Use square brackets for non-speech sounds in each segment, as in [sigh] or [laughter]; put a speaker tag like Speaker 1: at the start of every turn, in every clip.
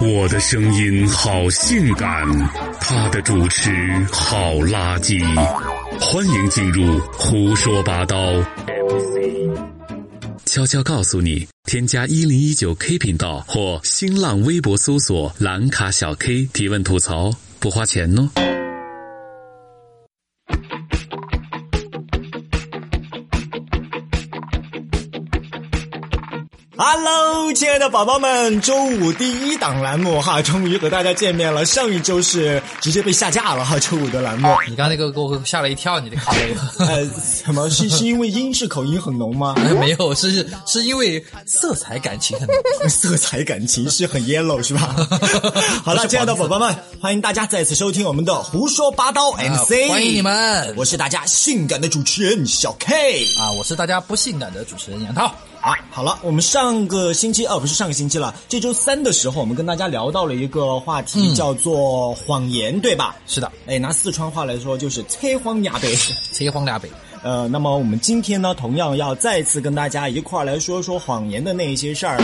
Speaker 1: 我的声音好性感，他的主持好垃圾。欢迎进入胡说八道。悄悄告诉你，添加一零一九 K 频道或新浪微博搜索“兰卡小 K” 提问吐槽，不花钱哦。
Speaker 2: Hello，亲爱的宝宝们，周五第一档栏目哈，终于和大家见面了。上一周是直接被下架了哈，周五的栏
Speaker 3: [laughs]
Speaker 2: 目。
Speaker 3: 你刚那个给我吓了一跳，你的卡雷，
Speaker 2: 呃，怎么是是因为英式口音很浓吗？
Speaker 3: [laughs]
Speaker 2: [laughs]
Speaker 3: 没有，是是因为色彩感情很浓。
Speaker 2: 色彩感情是很 yellow 是
Speaker 3: [laughs]
Speaker 2: 吧？好了，亲爱的宝宝们，欢迎大家再次收听我们的胡说八道 MC，、
Speaker 3: 啊欢迎你，们，
Speaker 2: 我是大家性感的主持人小 K。
Speaker 3: 啊，我是大家不性感的主持人杨涛。
Speaker 2: 啊，好了，我们上个星期二、哦不是上个星期了，这周三的时候，我们跟大家聊到了一个话题，
Speaker 3: 嗯
Speaker 2: 叫做谎言，对吧？
Speaker 3: 是的，
Speaker 2: 哎，拿四川话来说就是“拆荒牙呗”。
Speaker 3: 贼荒俩北，
Speaker 2: [laughs] 呃，那么我们今天呢，同样要再次跟大家一块儿来说说谎言的那一些事儿。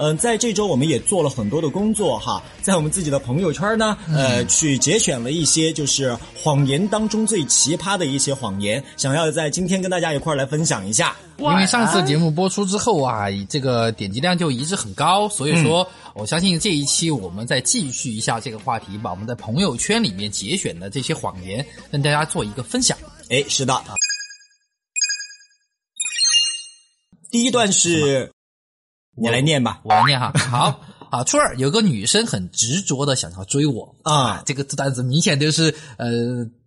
Speaker 2: 嗯、在这周我们也做了很多的工作哈，在我们自己的朋友圈呢，呃，去节选了一些就是谎言当中最奇葩的一些谎言，想要在今天跟大家一块儿来分享一下。
Speaker 3: 因为上次节目播出之后啊，这个点击量就一直很高，所以说、我相信这一期我们再继续一下这个话题，把我们在朋友圈里面节选的这些谎言跟大家做一个分享。
Speaker 2: 哎，是的。第一段是，你来念吧。
Speaker 3: 我来念哈，好。啊，初二有个女生很执着的想要追我
Speaker 2: 啊
Speaker 3: 这个段子明显就是呃，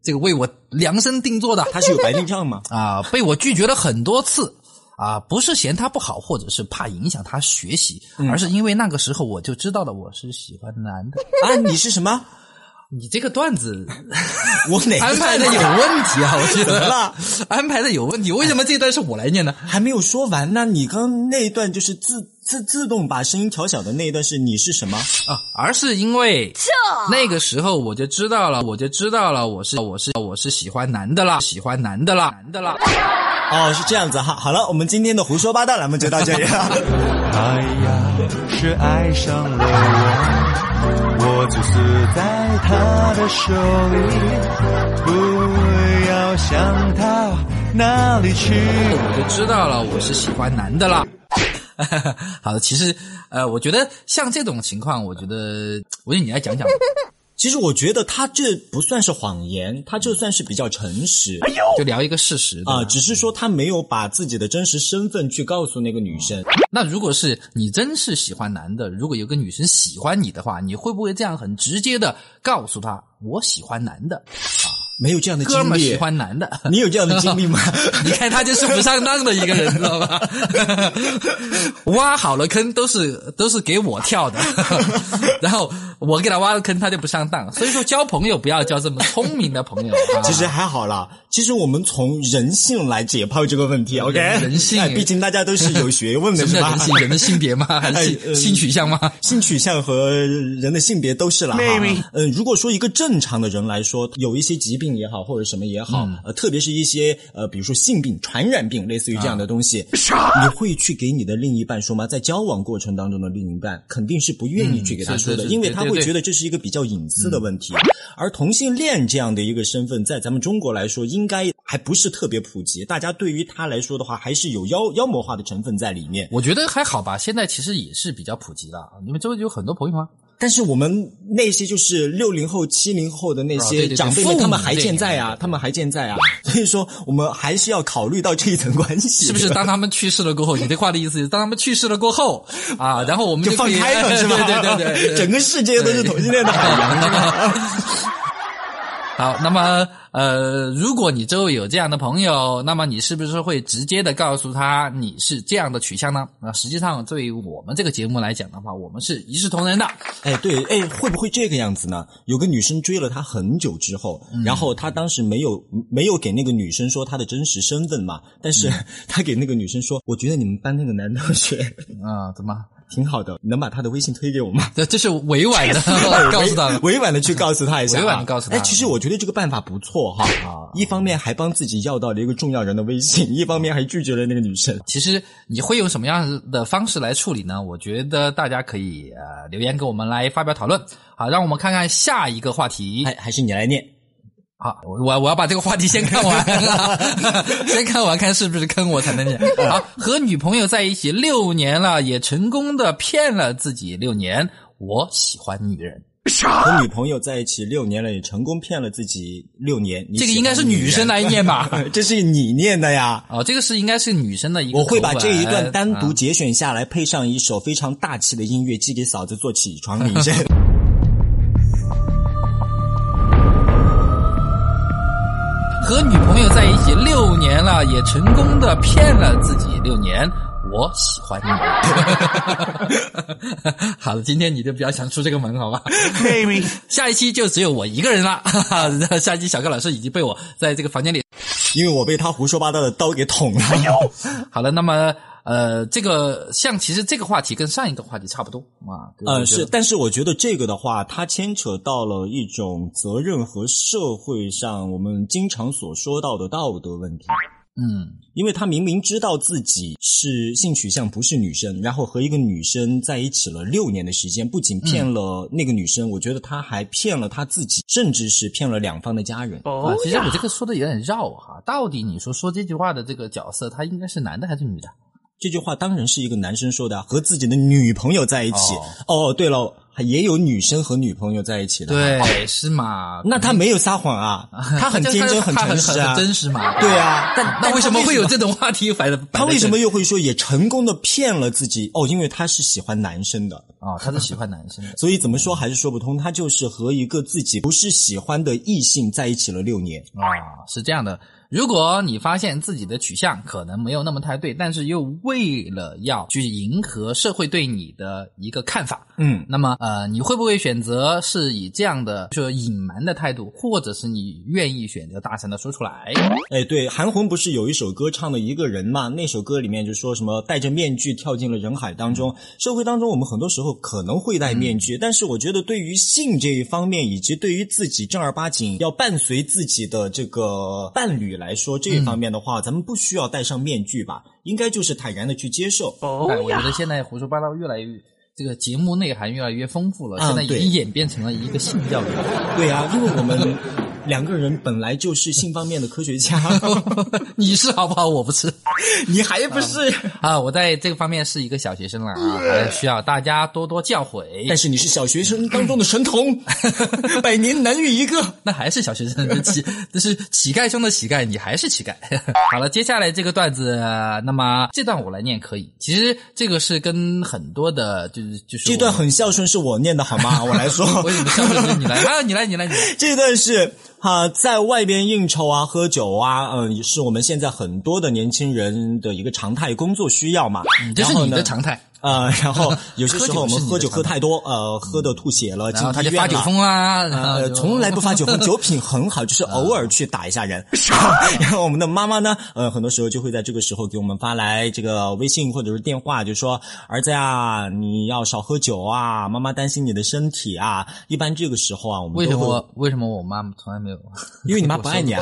Speaker 3: 这个为我量身定做的。
Speaker 2: 他是有白内障吗？
Speaker 3: 啊，被我拒绝了很多次啊，不是嫌他不好，或者是怕影响他学习，而是因为那个时候我就知道了我是喜欢男的。
Speaker 2: 啊，你是什么？
Speaker 3: [laughs] 你这个段子
Speaker 2: 我哪个
Speaker 3: 安排的
Speaker 2: 段
Speaker 3: 有
Speaker 2: 子
Speaker 3: 问题啊，我觉
Speaker 2: 怎么
Speaker 3: [laughs] 得
Speaker 2: 了
Speaker 3: 安排的有问题，为什么这段是我来念呢？
Speaker 2: [laughs] 还没有说完呢？你刚刚那一段就是自自自动把声音调小的那一段是你是什么？
Speaker 3: 啊，而是因为那个时候我就知道了，我就知道了，我是我是我是喜欢男的啦，喜欢男的啦，男的啦。
Speaker 2: 哦，是这样子哈。好了，我们今天的胡说八道栏目就到这里 [laughs] 了。
Speaker 4: 哎呀，是爱上了我，我就死在他的手里，不要想他哪里去。
Speaker 3: 我就知道了，我是喜欢男的啦。 [laughs] 好的，其实呃，我觉得像这种情况，我觉得我觉得你来讲讲吧，
Speaker 2: 其实我觉得他这不算是谎言，他这算是比较诚实。
Speaker 3: 就聊一个事实
Speaker 2: 啊、
Speaker 3: 对吧
Speaker 2: 只是说他没有把自己的真实身份去告诉那个女生，
Speaker 3: 那如果是你真是喜欢男的，如果有个女生喜欢你的话，你会不会这样很直接的告诉她我喜欢男的，
Speaker 2: 没有这样的
Speaker 3: 哥
Speaker 2: 经
Speaker 3: 们儿
Speaker 2: 历。
Speaker 3: 喜欢男的？
Speaker 2: 你有这样的经
Speaker 3: [laughs]
Speaker 2: 历吗？
Speaker 3: 你看他就是不上当的一个人，知道吧？挖好了坑都是都是给我跳的，然后我给他挖了坑，他就不上当。所以说交朋友不要交这么聪明的朋友。啊、
Speaker 2: 其实还好啦，其实我们从人性来解剖这个问题，OK？
Speaker 3: 人性
Speaker 2: 哎，毕竟大家都是有学问的，是
Speaker 3: 什么叫
Speaker 2: 吧
Speaker 3: 人？性？人的性别吗？还是
Speaker 2: 哎呃
Speaker 3: 性性取向吗？
Speaker 2: [laughs] 性取向和人的性别都是了哈。嗯，如果说一个正常的人来说，有一些疾病也好，或者什么也
Speaker 3: 嗯
Speaker 2: 好，呃，特别是一些呃，比如说性病、传染病，类似于这样的东
Speaker 3: [laughs]
Speaker 2: 西，
Speaker 3: 啊
Speaker 2: 你会去给你的另一半说吗？在交往过程当中的另一半肯定是不愿意去给他说的，
Speaker 3: 嗯是是是
Speaker 2: 因为他
Speaker 3: 对
Speaker 2: 会
Speaker 3: 对嗯
Speaker 2: 觉得这是一个比较隐私的问题。而同性恋这样的一个身份，在咱们中国来说，应该还不是特别普及，大家对于他来说的话，还是有妖妖魔化的成分在里面。
Speaker 3: 我觉得还好吧，现在其实也是比较普及了。你们周围有很多朋友吗？
Speaker 2: 但是我们那些就是六零后、七零后的那
Speaker 3: 啊对对
Speaker 2: 些
Speaker 3: 对
Speaker 2: 长辈
Speaker 3: 父
Speaker 2: 们，
Speaker 3: 母
Speaker 2: 他们还健在
Speaker 3: 这一
Speaker 2: 啊
Speaker 3: 代，
Speaker 2: 他们还健在啊， [laughs] 所以说我们还是要考虑到这一层关系，
Speaker 3: 是不是？
Speaker 2: [laughs]
Speaker 3: 当他们去世了过后，你这话的意思是，当他们去世了过后啊，然后我们
Speaker 2: 就
Speaker 3: 可
Speaker 2: 放
Speaker 3: 以
Speaker 2: 开了是吧？
Speaker 3: [laughs] 对对对对对，
Speaker 2: 整个世界都是同性恋的海洋，是吧？
Speaker 3: [laughs] 好，那么呃，如果你周围有这样的朋友，那么你是不是会直接的告诉他你是这样的取向呢？那实际上，对于我们这个节目来讲的话，我们是一视同仁的。
Speaker 2: 哎，对，哎，会不会这个样子呢？有个女生追了他很久之后，
Speaker 3: 嗯
Speaker 2: 然后他当时没有没有给那个女生说他的真实身份嘛，但是
Speaker 3: 嗯
Speaker 2: [laughs] 他给那个女生说，我觉得你们班那个男同学 [laughs]
Speaker 3: 啊、怎么？
Speaker 2: 挺好的，能把他的微信推给我吗？
Speaker 3: 这这是委婉的告诉他。 [laughs]
Speaker 2: 委婉的去告诉他一下啊，
Speaker 3: 委婉地告诉他啊
Speaker 2: 哎，其实我觉得这个办法不错惑哈，一方面还帮自己要到了一个重要人的微
Speaker 3: 嗯
Speaker 2: 信，一方面还拒绝了那个女生。
Speaker 3: 其实你会用什么样的方式来处理呢？我觉得大家可以呃留言给我们来发表讨论。好，让我们看看下一个话题。
Speaker 2: 还还是你来念，
Speaker 3: 好，啊我我我要把这个话题先看完，先看完看是不是坑我才能讲。好，和女朋友在一起六年了，也成功的骗了自己六年。我喜欢女人，
Speaker 2: 和女朋友在一起六年了，也成功骗了自己六年。你
Speaker 3: 这个
Speaker 2: 喜欢
Speaker 3: 应该是女生啊来念吧？
Speaker 2: 人，啊 [laughs] 这是你念的呀。
Speaker 3: 哦，这个是应该是女生的一个
Speaker 2: 我
Speaker 3: 口吻。
Speaker 2: 会把这一段单独
Speaker 3: 嗯
Speaker 2: 节选下来，配上一首非常大气的音乐，寄给嫂子做起床铃
Speaker 3: [laughs]
Speaker 2: 声。
Speaker 3: 和女朋友在一起六年了，也成功的骗了自己六年。我喜
Speaker 2: [laughs]
Speaker 3: 欢你。好了，今天你就不要想出这个门，好吧？
Speaker 4: baby。
Speaker 3: [laughs] 下一期就只有我一个人了。 [laughs] 哈哈，下一期小高老师已经被我在这个房间里。
Speaker 2: 因为我被他胡说八道的刀给捅
Speaker 3: 哎
Speaker 2: 了。
Speaker 3: 好了，那么呃，这个像其实这个话题跟上一个话题差不多啊。对
Speaker 2: 呃，是，。但是我觉得这个的话，它牵扯到了一种责任和社会上我们经常所说到的道德问题。
Speaker 3: 嗯，
Speaker 2: 因为他明明知道自己是性取向不是女生，然后和一个女生在一起了六年的时间，不仅骗了那个女生，我觉得他还骗了他自己，甚至是骗了两方的家人。
Speaker 3: 啊，其实我这个说的有点绕哈、到底你说说这句话的这个角色，他应该是男的还是女的？
Speaker 2: 这句话当然是一个男生说的啊，和自己的女朋友在一起。哦对了，也有女生和女朋友在一起的。，
Speaker 3: 对，哎是嘛？
Speaker 2: 那他没有撒谎 [laughs] 啊，他很天真、
Speaker 3: 他
Speaker 2: 诚实啊。
Speaker 3: 很真实嘛。
Speaker 2: 对啊，但
Speaker 3: 那
Speaker 2: 但
Speaker 3: 为什
Speaker 2: 他
Speaker 3: 么会有这种话题摆的？
Speaker 2: 他为什
Speaker 3: 摆
Speaker 2: 么
Speaker 3: 在
Speaker 2: 又会说也成功的骗了自己？哦，因为他是喜欢男生的，。
Speaker 3: 这啊？他是喜欢男生的
Speaker 2: 所以怎么说还是说不通。他就是和一个自己不是喜欢的异性在一起了六年。
Speaker 3: 啊，是这样的。如果你发现自己的取向可能没有那么太对，但是又为了要去迎合社会对你的一个看法，
Speaker 2: 嗯，
Speaker 3: 那么呃，你会不会选择是以这样的就是隐瞒的态度，或者是你愿意选择大声的说出来？
Speaker 2: 哎，对，韩红不是有一首歌唱的一个人嘛？那首歌里面就说什么戴着面具跳进了人海当中。社会当中，我们很多时候可能会戴面具，但是我觉得对于性这一方面，以及对于自己正儿八经要伴随自己的这个伴侣来说，这一方面的话，咱们不需要戴上面具吧？应该就是坦然的去接受。
Speaker 3: 哎，我觉得现在胡说八道越来越。这个节目内涵越来越丰富了，
Speaker 2: 嗯
Speaker 3: 现在已
Speaker 2: 对
Speaker 3: 经演变成了一个性教育了。
Speaker 2: 对啊，因为我们两个人本来就是性方面的科学家，
Speaker 3: 哦 [laughs] 你是好不好？我不是。
Speaker 2: 你还不是？
Speaker 3: 啊，我在这个方面是一个小学生了啊，还需要大家多多教诲
Speaker 2: 但。是你是小学生当中的神童， [laughs] 百年难遇一个。
Speaker 3: 那还是小学生，这乞 [laughs] 这是乞丐中的乞丐，你还是乞丐。 [laughs] 好了，接下来这个段子，呃那么这段我来念可以。其实这个是跟很多的，就是就是
Speaker 2: 这段很孝顺，是我念的好
Speaker 3: [laughs]
Speaker 2: 吗？我来说，
Speaker 3: 我为什么笑着你来啊？你来，你来，你来。
Speaker 2: [laughs] 这段是哈、在外边应酬啊、喝酒啊，嗯、是我们现在很多的年轻人的一个常态工作需要嘛。
Speaker 3: 嗯这是
Speaker 2: 然后
Speaker 3: 你
Speaker 2: 呢
Speaker 3: 的常态，
Speaker 2: 呃，然后有些时候我们
Speaker 3: [laughs] 喝
Speaker 2: 喝
Speaker 3: 酒是
Speaker 2: 酒
Speaker 3: 你的常态
Speaker 2: 喝
Speaker 3: 嗯
Speaker 2: 太多，呃，喝的吐血了，进
Speaker 3: 然后他就
Speaker 2: 医院
Speaker 3: 发酒
Speaker 2: 了
Speaker 3: 疯啦，然后
Speaker 2: 呃，
Speaker 3: 就
Speaker 2: 从来不发酒
Speaker 3: [laughs]
Speaker 2: 疯，酒品很好，就是偶尔去打一下人。 [laughs] 然后我们的妈妈呢，呃，很多时候就会在这个时候给我们发来这个微信或者是电话，就说儿子啊，你要少喝酒啊，妈妈担心你的身体啊。一般这个时候啊，我们
Speaker 3: 为什
Speaker 2: 都会？
Speaker 3: 么为什么哎我妈从来没有？
Speaker 2: 因为你妈不爱你啊，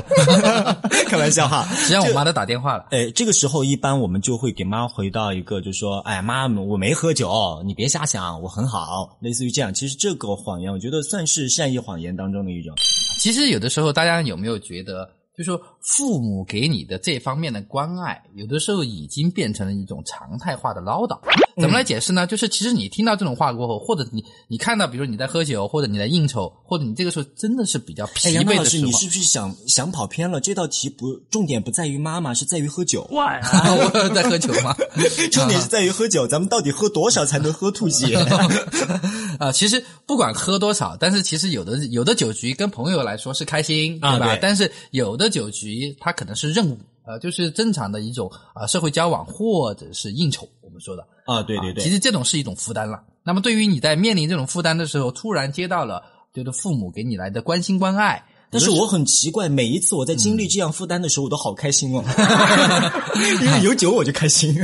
Speaker 2: [laughs] 开玩笑哈。 [laughs]
Speaker 3: 实际 [laughs] 上我妈都打电话了。
Speaker 2: 哎，这个时候一般我们就会给妈回到一个，就说：“哎，妈，我没喝酒，你别瞎想，我很好。”类似于这样，其实这个谎言，我觉得算是善意谎言当中的一种。
Speaker 3: 其实有的时候，大家有没有觉得，就是说父母给你的这方面的关爱，有的时候已经变成了一种常态化的唠叨。
Speaker 2: 嗯
Speaker 3: 怎么来解释呢？就是其实你听到这种话过后，或者你你看到，比如说你在喝酒，或者你在应酬，或者你这个时候真的是比较疲
Speaker 2: 哎，杨
Speaker 3: 惫
Speaker 2: 老
Speaker 3: 的
Speaker 2: 师，
Speaker 3: 时候
Speaker 2: 你，是不是想想跑偏了？这道题不重点不在于妈妈，是在于喝酒，
Speaker 3: [laughs] 我在喝酒吗？
Speaker 2: [laughs]
Speaker 3: [laughs]
Speaker 2: 重点是在于喝酒。咱们到底喝多少才能喝吐
Speaker 3: [laughs]
Speaker 2: 血？
Speaker 3: 啊，其实不管喝多少，但是其实有的有的酒局跟朋友来说是开心，
Speaker 2: 啊
Speaker 3: 对吧？
Speaker 2: 对
Speaker 3: 但是有的酒局它可能是任务，呃，就是正常的一种啊、呃社会交往或者是应酬，我们说的。
Speaker 2: 啊，对对
Speaker 3: 啊其
Speaker 2: 对，
Speaker 3: 实这种是一种负担了。那么对于你在面临这种负担的时候，突然接到了就是父母给你来的关心关爱，
Speaker 2: 但是我很奇怪，每一次我在经
Speaker 3: 嗯
Speaker 2: 历这样负担的时候，我都好开
Speaker 3: [laughs]
Speaker 2: 心哦，因为有酒我就开心。
Speaker 3: [laughs]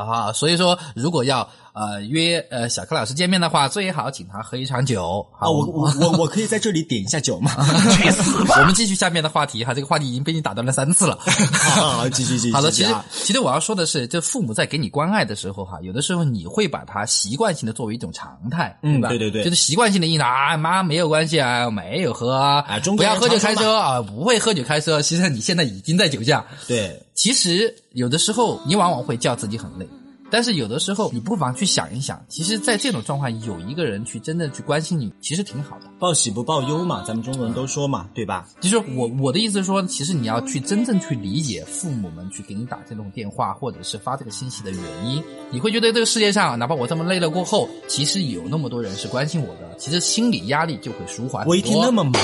Speaker 3: 啊，所以说如果要呃约呃小柯老师见面的话，最好请他喝一场酒
Speaker 2: 啊，
Speaker 3: 好
Speaker 2: 我我我我可以在这里点一下酒
Speaker 3: [laughs]
Speaker 2: 吗？
Speaker 3: 去死吧！我们继续下面的话题哈，这个话题已经被你打断了三次了。 [laughs]
Speaker 2: 啊，继续继续。
Speaker 3: 好了，
Speaker 2: 继
Speaker 3: 其
Speaker 2: 续
Speaker 3: 实
Speaker 2: 啊
Speaker 3: 其实我要说的是，就父母在给你关爱的时候哈，有的时候你会把它习惯性的作为一种常态，
Speaker 2: 嗯
Speaker 3: 吧？
Speaker 2: 对对对
Speaker 3: 就是习惯性的一拿，啊妈没有关系啊，没有喝啊，
Speaker 2: 啊中
Speaker 3: 不
Speaker 2: 国人
Speaker 3: 要喝酒
Speaker 2: 常
Speaker 3: 开
Speaker 2: 说
Speaker 3: 车啊，不会喝酒开车。其实你现在已经在酒驾。
Speaker 2: 对，
Speaker 3: 其实有的时候你往往会叫自己很累，但是有的时候你不妨去想一想，其实，在这种状况，有一个人去真正去关心你，其实挺好的。
Speaker 2: 报喜不报忧嘛，咱们中国人都说嘛，对吧？
Speaker 3: 就是我我的意思是说，其实你要去真正去理解父母们去给你打这种电话或者是发这个信息的原因，你会觉得这个世界上，哪怕我这么累了过后，其实有那么多人是关心我的，其实心理压力就会舒缓很
Speaker 2: [laughs]
Speaker 3: 多。
Speaker 2: 我一天那么忙，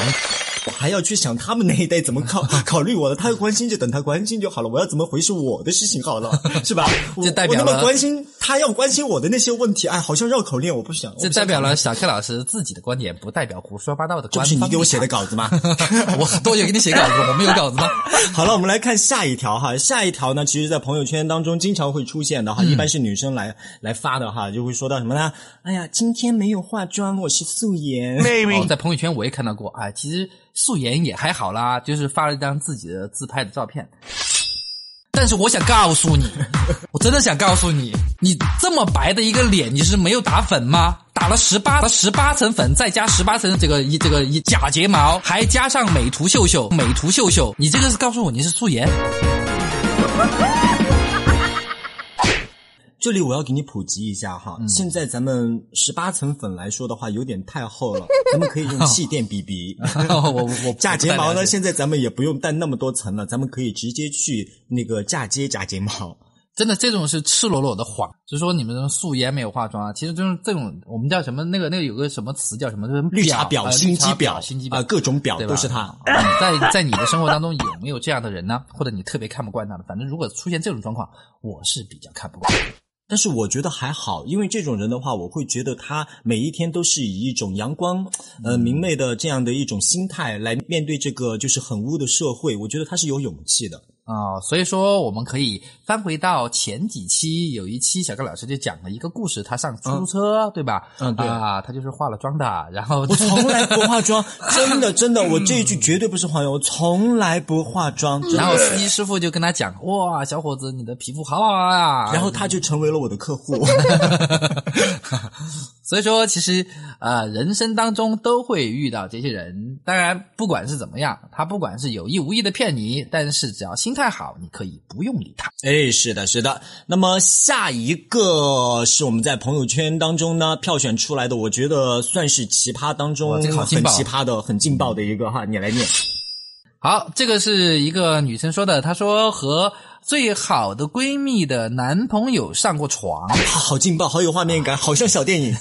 Speaker 2: 我还要去想他们那一代怎么
Speaker 3: [laughs]
Speaker 2: 考考虑我的，他关心就等他关心就好了，我要怎么回事我的事情好
Speaker 3: [laughs]
Speaker 2: 了，是吧？我
Speaker 3: 这代表了
Speaker 2: 我那么关心他要关心我的那些问题，哎，好像绕口令，我不想。
Speaker 3: 这代表了小克老师自己的观点，不代表胡说八道的
Speaker 2: 这
Speaker 3: 观
Speaker 2: 不
Speaker 3: 点。
Speaker 2: 是你给我写的稿子吗？
Speaker 3: [laughs] 我多久给你写稿子了？我没有稿子吗？
Speaker 2: 好了，我们来看下一条哈。下一条呢，其实在朋友圈当中经常会出现的
Speaker 3: 嗯
Speaker 2: 哈，一般是女生来来发的哈，就会说到什么呢？哎呀，今天没有化妆，我是素颜。
Speaker 3: 哦，在朋友圈我也看到过啊，其实素颜也还好啦，就是发了一张自己的自拍的照片。但是我想告诉你，我真的想告诉你，你这么白的一个脸，你是没有打粉吗？打了十八十八层粉，再加十八层这个一这个一假睫毛，还加上美图秀秀，美图秀秀，你这个是告诉我你是素颜？ [laughs]
Speaker 2: 这里我要给你普及一下哈，
Speaker 3: 嗯
Speaker 2: 现在咱们十八层粉来说的话，有点太厚
Speaker 3: [laughs]
Speaker 2: 了，咱们可以用气垫 BB。
Speaker 3: 我我我不
Speaker 2: 假睫毛
Speaker 3: 太了
Speaker 2: 呢，
Speaker 3: 解
Speaker 2: 现在咱们也不用戴那么多层了，咱们可以直接去那个嫁接假睫毛。
Speaker 3: 真的，这种是赤裸裸的谎。就是说你们这种素颜没有化妆啊，其实就是这种我们叫什么那个那个有个什么词叫什么？就是
Speaker 2: 绿茶
Speaker 3: 婊、
Speaker 2: 婊、心机
Speaker 3: 婊、
Speaker 2: 婊、
Speaker 3: 心机
Speaker 2: 啊、
Speaker 3: 婊，
Speaker 2: 各种婊
Speaker 3: 对吧
Speaker 2: 都是他。
Speaker 3: 嗯在在你的生活当中有没有这样的人呢？或者你特别看不惯他的？反正如果出现这种状况，我是比较看不惯。
Speaker 2: 但是我觉得还好，因为这种人的话，我会觉得他每一天都是以一种阳光、
Speaker 3: 嗯
Speaker 2: 呃明媚的这样的一种心态来面对这个就是很污的社会，我觉得他是有勇气的。
Speaker 3: 啊、所以说我们可以翻回到前几期，有一期小高老师就讲了一个故事，他上出租车，对吧？
Speaker 2: 嗯对
Speaker 3: 啊，他就是化了妆的，然后
Speaker 2: 我从来不化妆，真的真的，我这一句绝对不是谎言，我从来不化妆。真的
Speaker 3: 然后司机师傅就跟他讲：“哇，小伙子，你的皮肤好好啊！”
Speaker 2: 然后他就成为了我的客户。 [laughs]
Speaker 3: 所以说，其实呃，人生当中都会遇到这些人。当然，不管是怎么样，他不管是有意无意的骗你，但是只要心态好，你可以不用理他。
Speaker 2: 哎，是的，是的。那么下一个是我们在朋友圈当中呢票选出来的，我觉得算是奇葩当中
Speaker 3: 哇这个好劲
Speaker 2: 很
Speaker 3: 爆
Speaker 2: 奇葩的、很劲爆的一个哈，你来念。
Speaker 3: 好，这个是一个女生说的，她说和最好的闺蜜的男朋友上过床，
Speaker 2: 好劲爆，好有画面感，好像小电 [laughs] 影。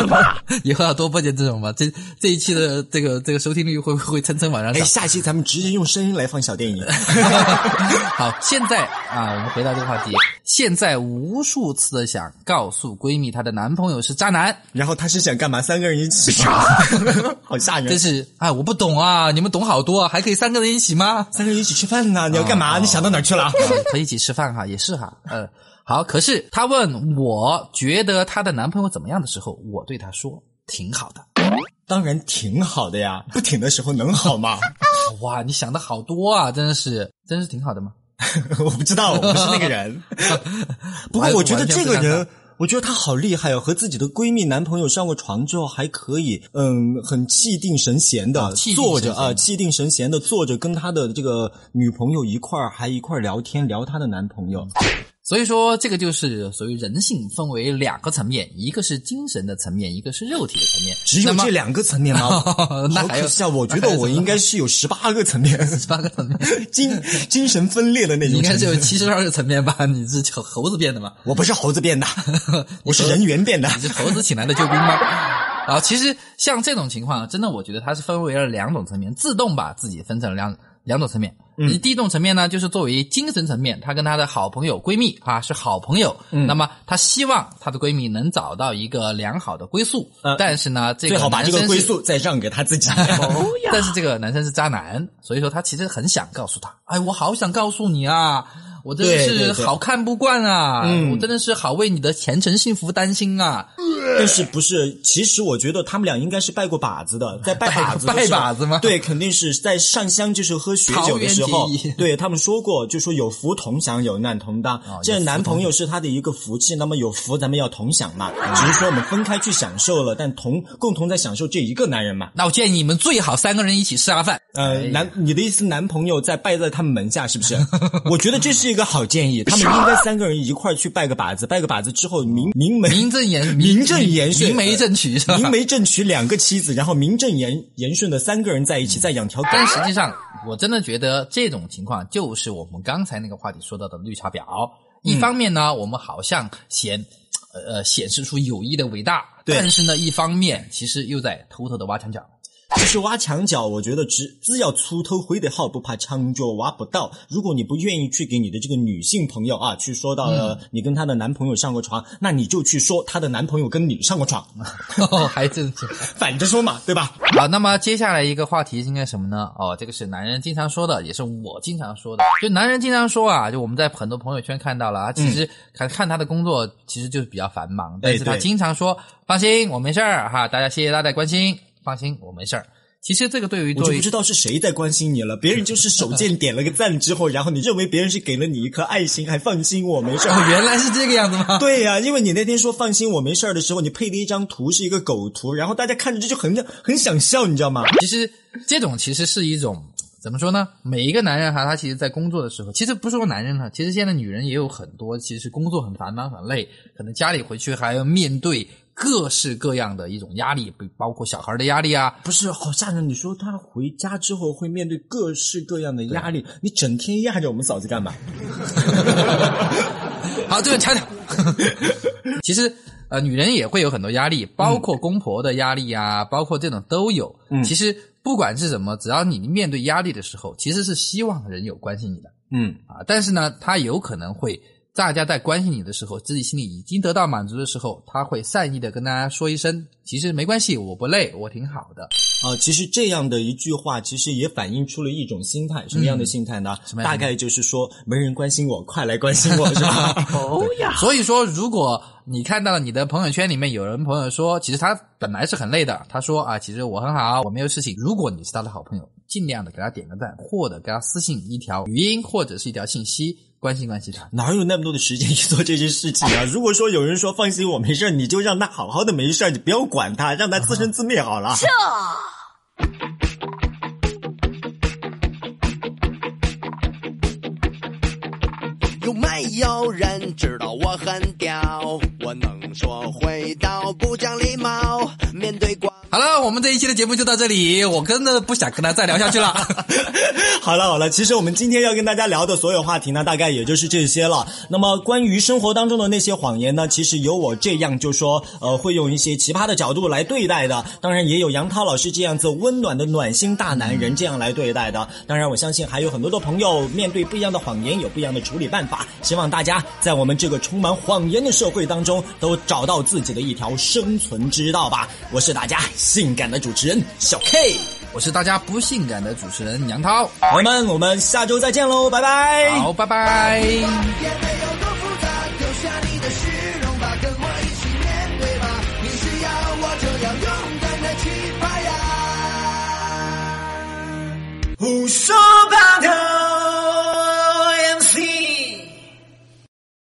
Speaker 3: [laughs] 以后要多播点这种吧。这这一期的这个这个收听率会不会蹭蹭往上
Speaker 2: 哎，
Speaker 3: 涨？
Speaker 2: 下期咱们直接用声音来放小电 [laughs] 影。
Speaker 3: [laughs] 好，现在啊，我们回到这个话题。现在无数次的想告诉闺蜜，她的男朋友是渣男，
Speaker 2: 然后他是想干嘛？三个人一起， [laughs] 好吓
Speaker 3: 真
Speaker 2: 人。
Speaker 3: 是哎，我不懂啊，你们懂好多啊，还可以三个人一起吗？
Speaker 2: 三个人一起吃饭呢，你要干嘛？你想到哪儿去了？
Speaker 3: 啊 [laughs] 可以一起吃饭哈，也是哈，嗯，好。可是她问我觉得她的男朋友怎么样的时候，我对她说挺好的。
Speaker 2: 当然挺好的呀， [laughs] 不挺的时候能好吗？
Speaker 3: [laughs]
Speaker 2: [laughs]
Speaker 3: 哇，你想的好多啊，真是，真是挺好的吗？ [laughs]
Speaker 2: 我不知道，我不是那个人。不过我觉得这个
Speaker 3: 完全不
Speaker 2: 人。我觉得她好厉害哦，和自己的闺蜜、男朋友上过床之后，还可以，嗯，很气定神闲的、
Speaker 3: 气定神
Speaker 2: 坐着
Speaker 3: 闲的
Speaker 2: 啊、气定神闲的坐着，跟她的这个女朋友一块儿还一块儿聊天，聊她的男朋友。
Speaker 3: 所以说，这个就是所谓人性分为两个层面，一个是精神的层面，一个是肉体的层面。
Speaker 2: 只有这两个层面吗？
Speaker 3: [laughs] 那
Speaker 2: 好
Speaker 3: 还有
Speaker 2: 可笑，我觉得我应该是有十八个层
Speaker 3: [laughs]
Speaker 2: 面，
Speaker 3: 八个层面，
Speaker 2: [laughs] 精精神分裂的那
Speaker 3: 你
Speaker 2: 种
Speaker 3: 应
Speaker 2: 层
Speaker 3: 该
Speaker 2: 面。
Speaker 3: 是有七十二个层面吧？你是猴子变的吗？
Speaker 2: 我不是猴子
Speaker 3: [laughs]
Speaker 2: 变的，我是人猿变的。
Speaker 3: 你是猴子请来的救兵吗？ [laughs] 啊，其实像这种情况，真的我觉得它是分为了两种层面，自动把自己分成了两两种层面。嗯，第一种层面呢，就是作为精神层面，她跟她的好朋友闺蜜啊是好朋友，嗯、那么她希望她的闺蜜能找到一个良好的归宿，
Speaker 2: 呃
Speaker 3: 但是呢，这个
Speaker 2: 最好把这个
Speaker 3: 男生
Speaker 2: 归
Speaker 3: 是
Speaker 2: 宿再让给他自
Speaker 3: [laughs]
Speaker 2: 己。
Speaker 3: 但是这个男生是渣男，所以说他其实很想告诉他，哎，我好想告诉你啊，我真的
Speaker 2: 对对
Speaker 3: 是
Speaker 2: 对
Speaker 3: 好看不惯啊！
Speaker 2: 嗯
Speaker 3: 我真的是好为你的前程幸福担心啊！
Speaker 2: 但是不是？其实我觉得他们俩应该是拜过把子的，在拜把子的
Speaker 3: 拜
Speaker 2: 时候
Speaker 3: 把子吗
Speaker 2: 对，肯定是在上香就是喝血酒的时
Speaker 3: 桃
Speaker 2: 候
Speaker 3: 园结义，
Speaker 2: 对他们说过，就说有福同享，有难同当。
Speaker 3: 哦
Speaker 2: 这男朋友是他的一个福气，那么有福咱们要同享嘛，
Speaker 3: 嗯
Speaker 2: 只是说我们分开去享受了，但同共同在享受这一个男人嘛。
Speaker 3: 那我建议你们最好三个人一起吃下饭。
Speaker 2: 呃，
Speaker 3: 哎呀
Speaker 2: 男，你的意思男朋友在拜在他们门下是不是？我觉得这是一个好建议，他们应该三个人一块儿去拜个把子，拜个把子之后名名门
Speaker 3: 名正言
Speaker 2: [laughs] 名正言顺，
Speaker 3: 明媒正娶是
Speaker 2: [laughs]
Speaker 3: 吧？
Speaker 2: 明媒正娶两个妻子，然后名正言言顺的三个人在一起，再养条狗。
Speaker 3: [laughs] 但实际上，我真的觉得这种情况就是我们刚才那个话题说到的绿茶婊。
Speaker 2: 嗯
Speaker 3: 一方面呢，我们好像显呃显示出友谊的伟大，
Speaker 2: 对
Speaker 3: 但是呢，一方面其实又在偷偷的挖墙脚。
Speaker 2: 就是挖墙脚，我觉得只只要出头回得好，不怕墙脚挖不到。如果你不愿意去给你的这个女性朋友啊，去说到了你跟她的男朋友上过床，那你就去说她的男朋友跟你上过床， [laughs]
Speaker 3: 哦， [laughs] 还真是
Speaker 2: 反着说嘛，对吧？
Speaker 3: 好，那么接下来一个话题应该什么呢？哦，这个是男人经常说的，也是我经常说的。就男人经常说啊，就我们在很多朋友圈看到了啊，
Speaker 2: 嗯
Speaker 3: 其实看、看他的工作其实就是比较繁忙，但是他
Speaker 2: 哎对
Speaker 3: 经常说、放心，我没事儿哈，大家谢谢大家的关心，放心，我没事儿。其实这个对于
Speaker 2: 我就
Speaker 3: 对
Speaker 2: 不知道是谁在关心你了，别人就是手贱点了个赞之后，然后你认为别人是给了你一颗爱心，还放心我没事儿
Speaker 3: 哦，原来是这个样子
Speaker 2: [laughs]
Speaker 3: 吗？
Speaker 2: 对呀、因为你那天说放心我没事儿的时候，你配的一张图是一个狗图，然后大家看着这就很很想笑，你知道吗？
Speaker 3: 其实这种其实是一种怎么说呢？每一个男人哈，他其实在工作的时候，其实不是说男人哈，其实现在女人也有很多，其实工作很繁忙很累，可能家里回去还要面对各式各样的一种压力，比包括小孩的压力啊。
Speaker 2: 不是，好吓人！你说他回家之后会面对各式各样的压力，你整天压着我们嫂子干嘛？
Speaker 3: 好，这个掐掉。 [laughs] 其实呃，女人也会有很多压力，包括公婆的压力啊，包括这种都有。
Speaker 2: 嗯
Speaker 3: 其实不管是什么，只要你面对压力的时候，其实是希望人有关心你的。
Speaker 2: 嗯，
Speaker 3: 啊，但是呢，他有可能会大家在关心你的时候，自己心里已经得到满足的时候，他会善意的跟大家说一声，其实没关系，我不累，我挺好的。
Speaker 2: 啊、其实这样的一句话，其实也反映出了一种心嗯态，什么样的心态呢？
Speaker 3: 么样
Speaker 2: 大
Speaker 3: 的
Speaker 2: 概就是说，没人关心我，快来关心我，是 [laughs] 吧？
Speaker 3: 哦呀！所以说，如果你看到你的朋友圈里面有人朋友说，其实他本来是很累的，他说啊，其实我很好，我没有事情。如果你是他的好朋友，尽量的给他点个赞，或者给他私信一条语音或者是一条信息，关心关心他。
Speaker 2: 哪有那么多的时间去做这些事情啊？如果说有人说放心我没事儿，你就让他好好的没事儿，你不要管他，让他自生自灭好了。
Speaker 5: 有没有人知道我很屌？我能说会道，不讲礼貌，面对光。
Speaker 3: 好了，我们这一期的节目就到这里，我真的不想跟他再聊下去了。 [laughs]
Speaker 2: [laughs] 好了好了，其实我们今天要跟大家聊的所有话题呢，大概也就是这些了。那么关于生活当中的那些谎言呢，其实有我这样就说，呃，会用一些奇葩的角度来对待的。当然也有杨涛老师这样子温暖的暖心大男人这样来对待的。当然，我相信还有很多的朋友面对不一样的谎言有不一样的处理办法。希望大家在我们这个充满谎言的社会当中，都找到自己的一条生存之道吧。我是大家性感的主持人小 K。
Speaker 3: 我是大家不性感的主持人杨涛，
Speaker 2: 朋友们，我们下周再见喽，拜拜。
Speaker 3: 好，拜拜。
Speaker 5: 也没有